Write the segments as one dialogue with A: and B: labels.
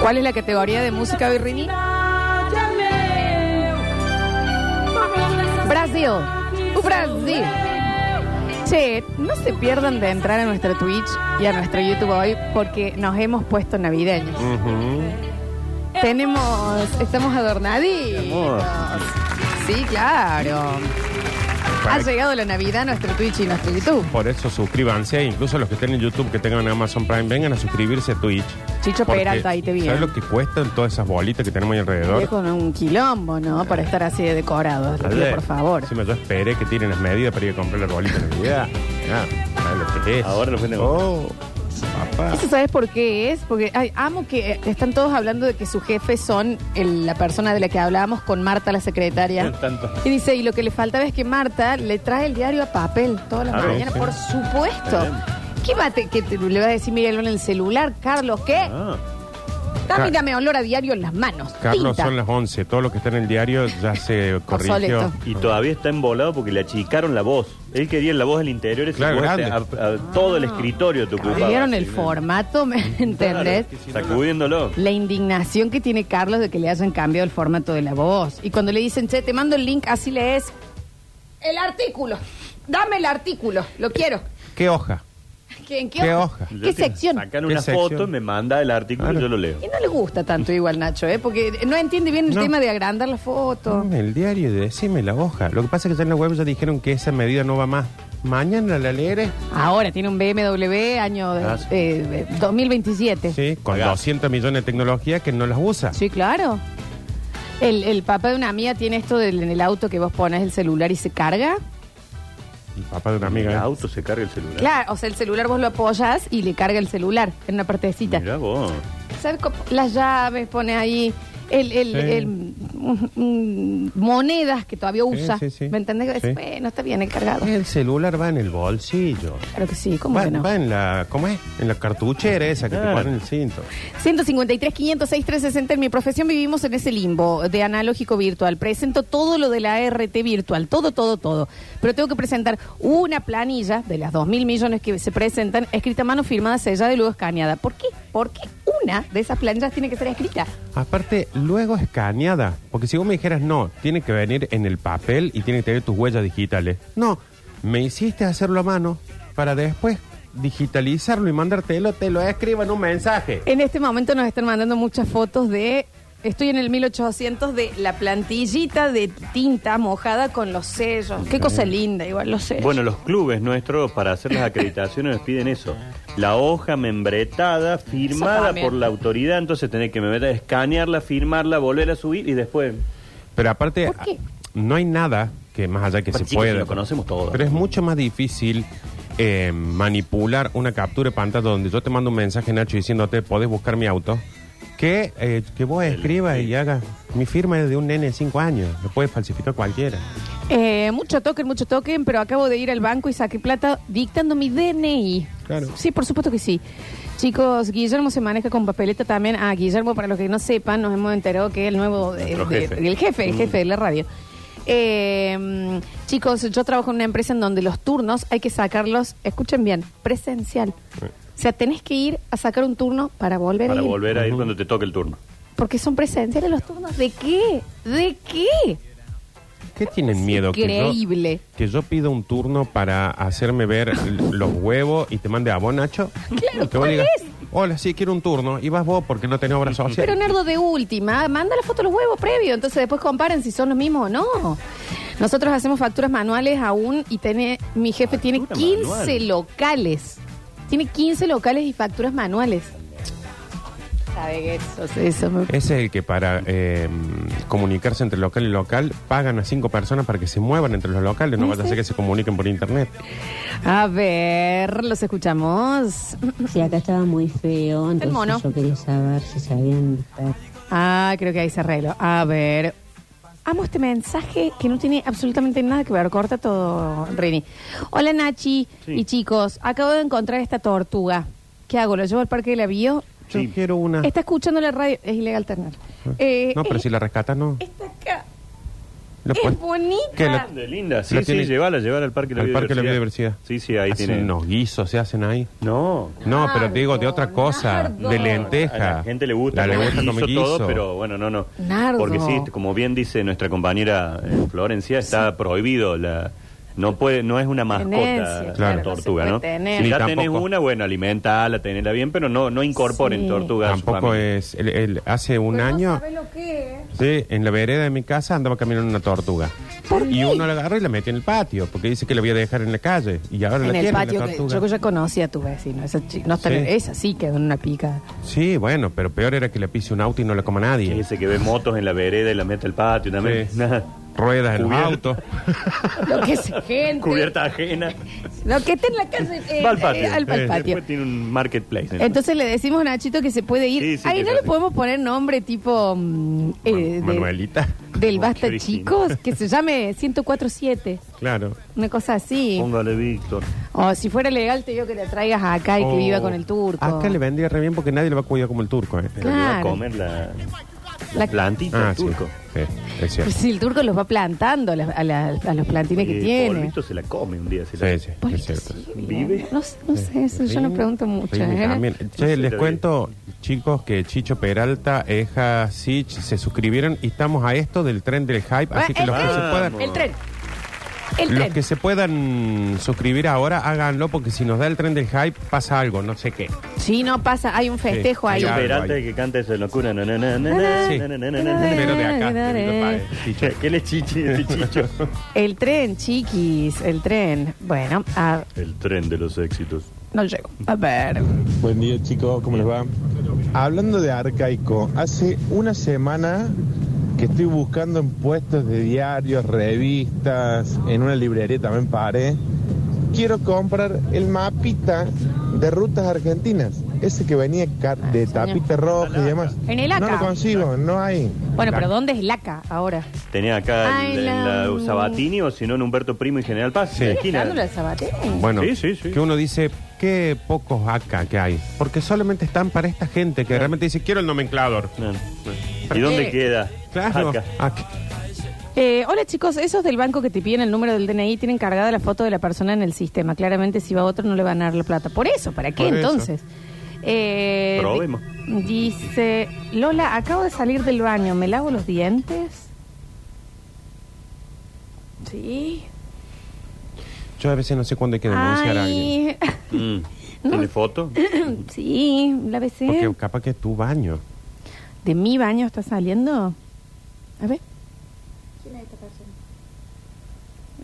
A: ¿Cuál es la categoría de música hoy, Rini? Brasil. Uh, Brasil. Che, no se pierdan de entrar a nuestro Twitch y a nuestro YouTube hoy porque nos hemos puesto navideños. Tenemos, estamos adornaditos.
B: Hermoso.
A: Sí, claro. Ha llegado la Navidad a nuestro Twitch y nuestro YouTube.
B: Por eso suscríbanse, incluso los que estén en YouTube, que tengan Amazon Prime, vengan a suscribirse a Twitch.
A: Chicho
B: Porque,
A: Peralta, ahí te vi,
B: ¿Sabes
A: eh?
B: lo que cuestan todas esas bolitas que tenemos ahí alrededor?
A: Con un quilombo, ¿no?
B: Eh.
A: Para estar así de decorado. Te pido,
B: Ayer,
A: por favor.
B: Encima yo esperé que tiren las medidas para ir a comprar las bolitas de Navidad. Ah, ¿sabes lo que es?
C: Ahora lo fuiste a comprar.
B: Oh,
C: Ah.
B: papá.
A: ¿Eso sabes por qué es? Porque ay, amo que eh, están todos hablando de que sus jefes son el- la persona de la que hablábamos con Marta, la secretaria.
C: Tanto.
A: Y dice, y lo que le faltaba es que Marta le trae el diario a papel todas las
C: Claro,
A: mañanas,
B: sí.
A: por supuesto.
C: Ah, Bien.
A: ¿Qué va a te- que te- le va a decir Miguel en el celular, Carlos? ¿Qué?
C: Ah,
A: Dámigame olor a diario en las manos.
B: Carlos,
A: tinta.
B: son las 11. Todo lo que está en el diario ya se corrigió.
A: Obsoleto.
C: y todavía está embolado porque le achicaron la voz. Él quería la voz del interior y
B: Claro, grande.
C: a, a todo el escritorio te ocupaba.
A: Cambiaron Ah. el
C: Sí,
A: formato, ¿me entendés?
C: Sacudiéndolo.
A: La indignación que tiene Carlos de que le hayan cambiado el formato de la voz. Y cuando le dicen, che, te mando el link, así lees. El artículo. Dame el artículo. Lo quiero.
B: ¿Qué hoja?
A: ¿Qué- ¿En qué,
B: ¿Qué
A: hoja?
B: hoja?
A: ¿Qué
C: Yo te-
A: sección?
C: Sacan
B: ¿Qué
C: una
B: sección?
C: foto, me manda el artículo
B: Claro.
C: y yo lo leo.
A: Y no le gusta tanto igual Nacho, ¿eh? Porque no entiende bien el
B: No.
A: tema de agrandar la foto.
B: Dame Mm, el diario, decime la hoja. Lo que pasa es que ya en la web ya dijeron que esa medida no va más. Mañana la leeré.
A: Ahora tiene un BMW año de-
C: Ah, sí.
A: eh, de 2027.
B: Sí, con
C: Acá.
B: 200 millones de tecnología que no las usa.
A: Sí, claro. El, el papá de una amiga tiene esto del, en el auto que vos pones el celular y se carga.
B: El papá de una
C: El
B: amiga. ¿eh?
C: auto se carga el celular.
A: Claro, o sea, el celular vos lo apoyas y le carga el celular en una partecita.
C: Mirá vos.
A: ¿Sabes cómo? Las llaves pone ahí, el, el-
B: Sí.
A: el, mm, mm, monedas que todavía usa.
B: sí, sí.
A: ¿Me entendés?
B: Sí.
A: Bueno, está bien el cargado.
B: El celular va en el bolsillo.
A: Claro que sí, ¿cómo
B: Va,
A: que no?
B: va en la, ¿cómo es? En la cartuchera esa que
C: Claro.
B: te ponen el cinto.
A: 153, 506, 360. En mi profesión vivimos en ese limbo de analógico virtual. Presento todo lo de la RT virtual, todo, todo, todo. Pero tengo que presentar una planilla de las 2 mil millones que se presentan, escrita a mano, firmada, sellada y luego escaneada. ¿Por qué? Porque una de esas planillas tiene que ser escrita.
B: Aparte, luego escaneada. Porque si vos me dijeras, no, tiene que venir en el papel y tiene que tener tus huellas digitales. No, me hiciste hacerlo a mano para después digitalizarlo y mandártelo, te lo escribo en un mensaje.
A: En este momento nos están mandando muchas fotos de. Estoy en el 1800 de la plantillita de tinta mojada con los sellos. Qué cosa linda, igual los sellos.
C: Bueno, los clubes nuestros para hacer las acreditaciones nos piden eso. La hoja membretada,
A: Eso
C: firmada
A: también.
C: por la autoridad, entonces tenés que meter, escanearla, firmarla, volver a subir y después...
B: Pero aparte, ah,
A: ¿Por qué?
B: no hay nada que más allá que
C: Pero
B: se
C: chicos,
B: pueda.
C: si lo conocemos todo.
B: Pero es mucho más difícil eh, manipular una captura de pantalla donde yo te mando un mensaje, Nacho, diciéndote, podés buscar mi auto. Que, eh, que vos escribas y hagas. Mi firma es de un nene de 5 años. Lo puedes falsificar cualquiera.
A: Eh, mucho toquen, mucho toquen, pero acabo de ir al banco y saqué plata dictando mi DNI.
B: Claro.
A: Sí, por supuesto que sí. Chicos, Guillermo se maneja con papeleta también. Ah, Guillermo, para los que no sepan, nos hemos enterado que es el nuevo... eh,
C: Nuestro
A: de-
C: jefe. Mm.
A: el jefe, el jefe de la radio. Eh, mm, chicos, yo trabajo en una empresa en donde los turnos hay que sacarlos, escuchen bien, presencial. O sea, tenés que ir a sacar un turno para volver
C: Para
A: a ir.
C: volver a ir cuando te toque el turno.
A: Porque son presenciales los turnos. ¿De qué? ¿De qué?
B: ¿Qué tienen miedo?
A: increíble.
B: Que yo, que yo pida un turno para hacerme ver l- los huevos y te mande a vos, Nacho.
A: Claro,
B: Y que vos
A: ¿cuál
B: digas,
A: es?
B: Hola, sí, quiero un turno. Y vas vos porque no tenés obra social.
A: Pero Nerdo de última, manda la foto de los huevos previo, entonces después comparen si son los mismos o no. Nosotros hacemos facturas manuales aún y tiene, mi jefe tiene
C: Factura
A: 15
C: manual.
A: locales. Tiene 15 locales y facturas manuales. ¿Sabe que eso, eso me-
B: Ese es el que para eh, comunicarse entre local y local pagan a cinco personas para que se muevan entre los locales, no vaya a ser que se comuniquen por internet.
A: A ver, los escuchamos.
D: Sí, acá estaba muy feo, entonces
A: mono.
D: yo quería saber si sabían estar
A: Ah, creo que ahí se arregló. A ver. Amo este mensaje que no tiene absolutamente nada que ver. Corta todo, Rini. Hola, Nachi
C: Sí.
A: y chicos. Acabo de encontrar esta tortuga. ¿Qué hago? ¿Lo llevo al parque de la bio?
B: Yo
C: Sí.
B: quiero una.
A: Está escuchando la radio. Es ilegal tener. Eh,
B: no, pero
A: es-
B: si la rescata, no.
A: Está acá.
B: Lo
A: es
B: pon-
A: bonita.
B: que la-
C: Grande, linda. Sí,
B: La
C: sí,
B: tiene-
C: llévala, llévala al parque de la
B: Al
C: biodiversidad.
B: parque de la biodiversidad. Ah,
C: Sí, sí, ahí
B: Hacen
C: tiene.
B: unos guisos, se hacen ahí.
C: No.
B: No, pero te digo de otra
A: Nardo,
B: cosa,
A: Ah, Nardo.
B: de
C: A
B: lenteja.
C: la gente le gusta,
B: La
C: como
B: lenteja
C: guiso
B: como guiso.
C: todo, pero bueno, no, no.
A: Nardo.
C: Porque sí, como bien dice nuestra compañera eh, Florencia, está prohibido la no puede no es una mascota
A: Tenencia,
C: la
B: claro,
C: tortuga,
A: no se puede
C: ¿no?
A: tener.
C: Si
B: Ni
C: ya tenés
B: tampoco.
C: una, bueno, alimentala, tenela bien, pero no no incorporen
A: Sí.
C: tortuga a su
B: Tampoco
C: familia.
B: es. el- el- hace un
A: Pero no
B: año,
A: sabe lo que es.
B: sí, en la vereda de mi casa andaba caminando una tortuga.
A: ¿Por
B: Y
A: qué?
B: uno la agarra y la mete en el patio, porque dice que la voy a dejar en la calle. Y ahora la
A: En el
B: tiene
A: patio
B: la
A: que
B: tortuga.
A: yo, yo conocí a tu vecino. Esa, chi- no está-
B: Sí.
A: esa sí quedó en una pica.
B: Sí, bueno, pero peor era que le pise un auto y no la coma
C: Que
B: nadie.
C: Ese que ve motos en la vereda y la mete al patio también.
B: Sí. Ruedas en los
C: Cubierta.
B: autos.
A: Lo que es gente.
C: Cubierta ajena.
A: Lo que está en la calle. eh,
C: Va al patio.
A: eh, al- al
B: Sí.
A: patio.
C: Después tiene un marketplace. ¿no?
A: Entonces le decimos a Nachito que se puede ir.
C: Sí, sí,
A: Ahí
C: que
A: no
C: se
A: le
C: hace.
A: podemos poner nombre tipo. mm, eh, de-
B: Manuelita.
A: Del
C: Oh,
A: Basta
C: qué original.
A: Chicos, que se llame 1047.
B: Claro.
A: Una cosa así.
C: Póngale Víctor.
A: O si fuera legal, te digo que la traigas acá y que
B: O-
A: viva
C: Oh.
A: con el turco.
B: Oh, Acá le vendría re bien porque nadie le va a cuidar como el turco, ¿eh?
C: Pero le va a
A: Claro.
C: comer la,
A: Ah, La-
C: la plantita
B: Ah,
C: al
B: sí.
C: turco.
B: Sí, es
A: Pero
B: cierto.
A: Pues, si el turco los va plantando a, las- a la- a los plantines que
C: Eh,
A: tiene.
C: Polvito se la come un día. se la-
B: Sí, sí, es
A: Polvito,
B: cierto. Eh,
A: sí,
C: Vive.
A: bien. No, sé- no sé, eso yo no
B: Sí,
A: pregunto mucho.
B: sí,
A: ¿eh?
B: también. Che,
C: Sí,
B: les
C: lo vi.
B: cuento, chicos, que Chicho Peralta, Eja, Sich se suscribieron y estamos a esto del tren del hype. Así
A: Bueno,
B: que los que,
A: el,
B: se
A: tren,
B: puedan,
A: el tren. El
B: los
A: tren.
B: que se puedan suscribir ahora, háganlo porque si nos da el tren del hype pasa algo, no sé qué.
A: Sí, no pasa, hay un festejo
B: Sí,
A: ahí.
B: hay
C: Hay un
B: algo
C: Peralta
B: ahí.
C: que canta esa locura. na, na, na, na, na,
B: Sí.
C: na, na, na, na, na.
B: Pero de acá, de Villa Paez, Chicho.
C: ¿Qué le chichi ese chicho?
A: El tren, chiquis, el tren. Bueno, a-
C: El tren de los éxitos.
A: no llego. A ver.
E: Buen día chicos, ¿cómo les va? Hablando de arcaico, hace una semana que estoy buscando en puestos de diarios, revistas, en una librería también paré. Quiero comprar el mapita de rutas argentinas, ese que venía ca- de
A: Ah, señor.
E: tapita roja y demás.
A: En el
E: No
A: ACA.
E: lo consigo, no hay.
A: Bueno, pero ¿dónde es Laca ahora?
C: Tenía acá
A: Ay,
C: en, en
A: la-
C: la Sabatini o si no en Humberto Primo y General Paz.
B: Sí.
C: en la
A: ¿Dándole
C: esquina.
A: al Sabaté?
B: Bueno,
C: Sí, sí, sí.
B: que uno dice, qué pocos acá que hay. Porque solamente están para esta gente que realmente dice, quiero el nomenclador.
C: No, no. ¿Y dónde queda?
B: Claro.
C: Acá.
B: Acá.
A: Eh, hola chicos, esos del banco que te piden el número del DNI tienen cargada la foto de la persona en el sistema. Claramente si va otro no le van a dar la plata. Por eso, ¿para qué
B: Por eso.
A: entonces? Eh,
C: Probemos.
A: di- Dice, Lola, acabo de salir del baño, ¿me lavo los dientes? Sí.
B: Yo a veces no sé cuándo hay que denunciar a alguien.
A: Ay,
C: Mm. ¿Tiene foto?
A: sí, la besé.
B: Porque capaz que es tu baño.
A: ¿De mi baño está saliendo? A ver. ¿Quién es esta persona?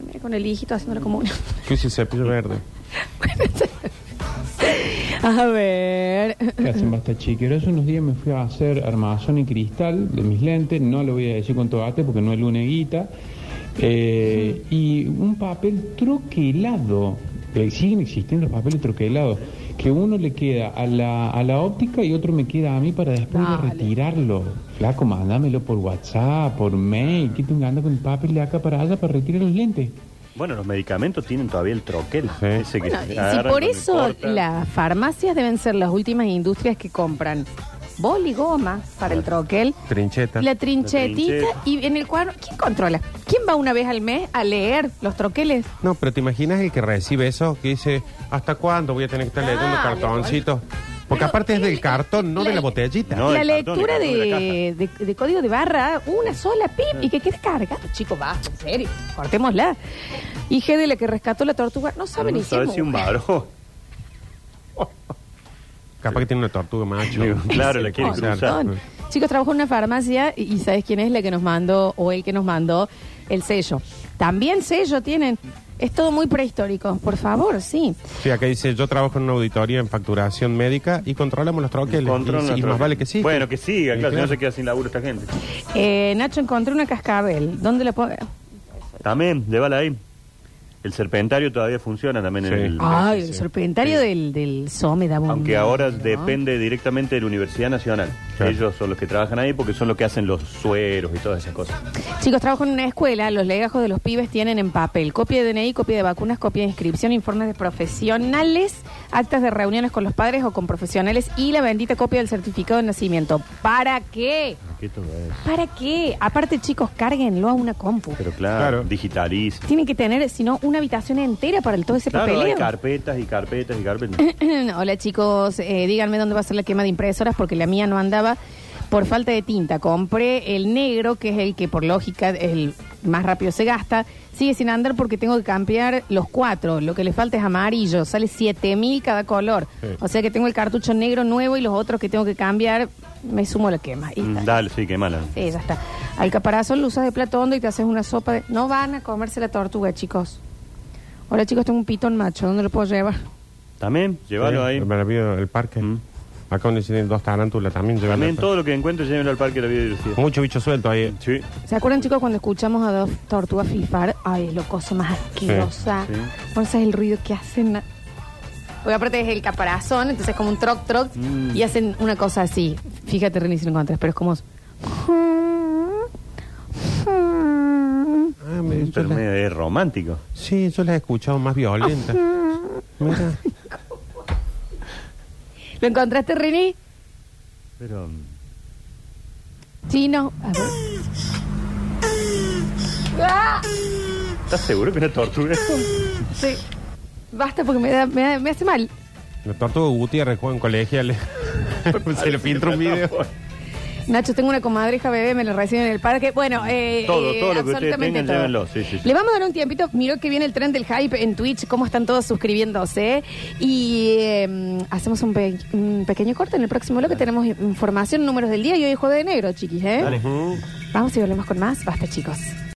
A: Mira, con el hijito haciéndolo como una...
B: ¿Qué es el cepillo verde?
A: A ver.
F: ¿Qué hacen basta chiquero? Hace unos días me fui a hacer armazón y cristal de mis lentes, no lo voy a decir con tomate porque no es luneguita. Eh, y un papel troquelado, Eh, siguen existiendo los papeles troquelados, que uno le queda a la, a la óptica y otro me queda a mí para después ir a
A: Dale.
F: retirarlo. Flaco, mándamelo por WhatsApp, por mail, que tengo que andar con el papel de acá para allá para retirar los lentes.
C: Bueno, los medicamentos tienen todavía el troquel.
B: Sí.
C: Ese que
A: Bueno, y
C: se
A: si
C: agarran
A: por
C: con el
A: eso
C: corta.
A: las farmacias deben ser las últimas industrias que compran boligoma para el troquel,
B: Trincheta.
A: la trinchetita
C: La trincheta.
A: y en el cuadro, ¿quién controla? ¿Quién va una vez al mes a leer los troqueles?
B: No, pero te imaginas el que recibe eso, que dice, ¿hasta cuándo voy a tener que estar leyendo
A: Dale,
B: cartoncitos? Porque
A: Pero
B: aparte es del
A: él-
B: cartón, no de
A: la-
B: la botellita.
C: No,
A: la
C: el cartón,
A: lectura
C: el cartón de la
A: de, de- de código de barra, una sola, pip, y que quede cargado. Chicos, va, en serio, cortémosla. Y G de la que rescató la tortuga, no sabe ni
C: No
A: si
C: sabe
A: es
C: si un
A: mujer.
C: varón.
B: Capaz que tiene una tortuga macho.
C: Digo, claro, la quiere
A: Un
C: cruzar.
A: montón. Chicos, trabajo en una farmacia y, y ¿sabes quién es la que nos mandó o el que nos mandó el sello? También sello tienen. Es todo muy prehistórico. Por favor, sí.
B: Sí, acá dice, yo trabajo en una auditoría en facturación médica y controlamos los troqueles.
C: Controlan
B: y,
C: la
B: y
C: troquel.
B: más vale que sí.
C: Bueno, que siga,
B: Sí,
C: claro, si no se queda sin laburo esta gente.
A: Eh, Nacho, encontré una cascabel. ¿Dónde la puedo ver?
C: También, llévala ahí. El serpentario todavía funciona también en
B: Sí.
C: el...
A: Ay,
B: sí, sí.
A: el serpentario del, del SOME da Ah.
C: Aunque ahora depende directamente de la Universidad Nacional.
B: Claro.
C: Ellos son los que trabajan ahí porque son los que hacen los sueros y todas esas cosas.
A: Chicos, trabajo en una escuela, los legajos de los pibes tienen en papel copia de DNI, copia de vacunas, copia de inscripción, informes de profesionales, actas de reuniones con los padres o con profesionales y la bendita copia del certificado de nacimiento. ¿Para qué?
C: ¿Qué todo es?
A: ¿Para qué? Aparte, chicos, cárguenlo a una compu.
C: Pero claro,
B: Claro.
C: digitaliza.
A: Tienen que tener, si no, una habitación entera para el- todo ese
C: Claro, hay
A: papeleo.
C: carpetas y carpetas y carpetas.
A: Hola chicos, Eh, díganme dónde va a ser la quema de impresoras porque la mía no andaba por falta de tinta. Compré el negro, que es el que por lógica es el más rápido se gasta. Sigue sin andar porque tengo que cambiar los cuatro. Lo que le falta es amarillo. Sale 7000 cada color.
B: Sí.
A: O sea que tengo el cartucho negro nuevo y los otros que tengo que cambiar, me sumo a la quema. Y
C: Mm,
A: está.
C: Dale, sí, qué mala.
A: Sí, ya está. Al caparazón lo usas de plato hondo y te haces una sopa de... No van a comerse la tortuga, chicos. Hola chicos, tengo un pitón macho. ¿Dónde lo puedo llevar?
C: También, llévalo ahí.
B: Para el parque.
C: Mm.
B: Acá donde tienen dos tarántulas también llévalo.
C: También todo lo que encuentre, llévenlo al parque de la biodiversidad.
B: Mucho bicho suelto ahí.
C: Sí.
A: ¿Se acuerdan, chicos, cuando escuchamos a dos tortugas filfar? Ay, es lo cosa más asquerosa.
C: Sí, sí.
A: Por eso es el ruido que hacen. Porque aparte es el caparazón, entonces es como un troc troc
C: Mm.
A: y hacen una cosa así. Fíjate, René, si lo encuentras, pero es como.
B: Ah, me- yo
C: Pero
B: la-
C: medio es romántico.
B: sí, yo las he escuchado más violentas. Mira.
A: ¿Lo encontraste, René?
C: Pero.
A: Chino. A ver. ¡Ah!
C: ¿Estás seguro que una tortuga?
A: Sí. Basta porque me, da- me, da- me hace mal.
B: La tortuga Gutiérrez juega en colegiales. Se le filtra un video.
A: Nacho, tengo una comadreja bebé, me la reciben en el parque. Bueno, eh,
C: Todo,
A: eh,
C: todo lo que ustedes
A: absolutamente
C: tengan,
A: todo.
C: llévenlo. Sí, sí, sí.
A: Le vamos a dar un tiempito. Miró que viene el tren del hype en Twitch, cómo están todos suscribiéndose. Y eh, hacemos un, pe- un pequeño corte en el próximo bloque. Tenemos información, números del día y hoy es jueves de negro, chiquis. ¿eh?
C: Dale.
B: Ujú.
A: Vamos y volvemos con más. Basta, chicos.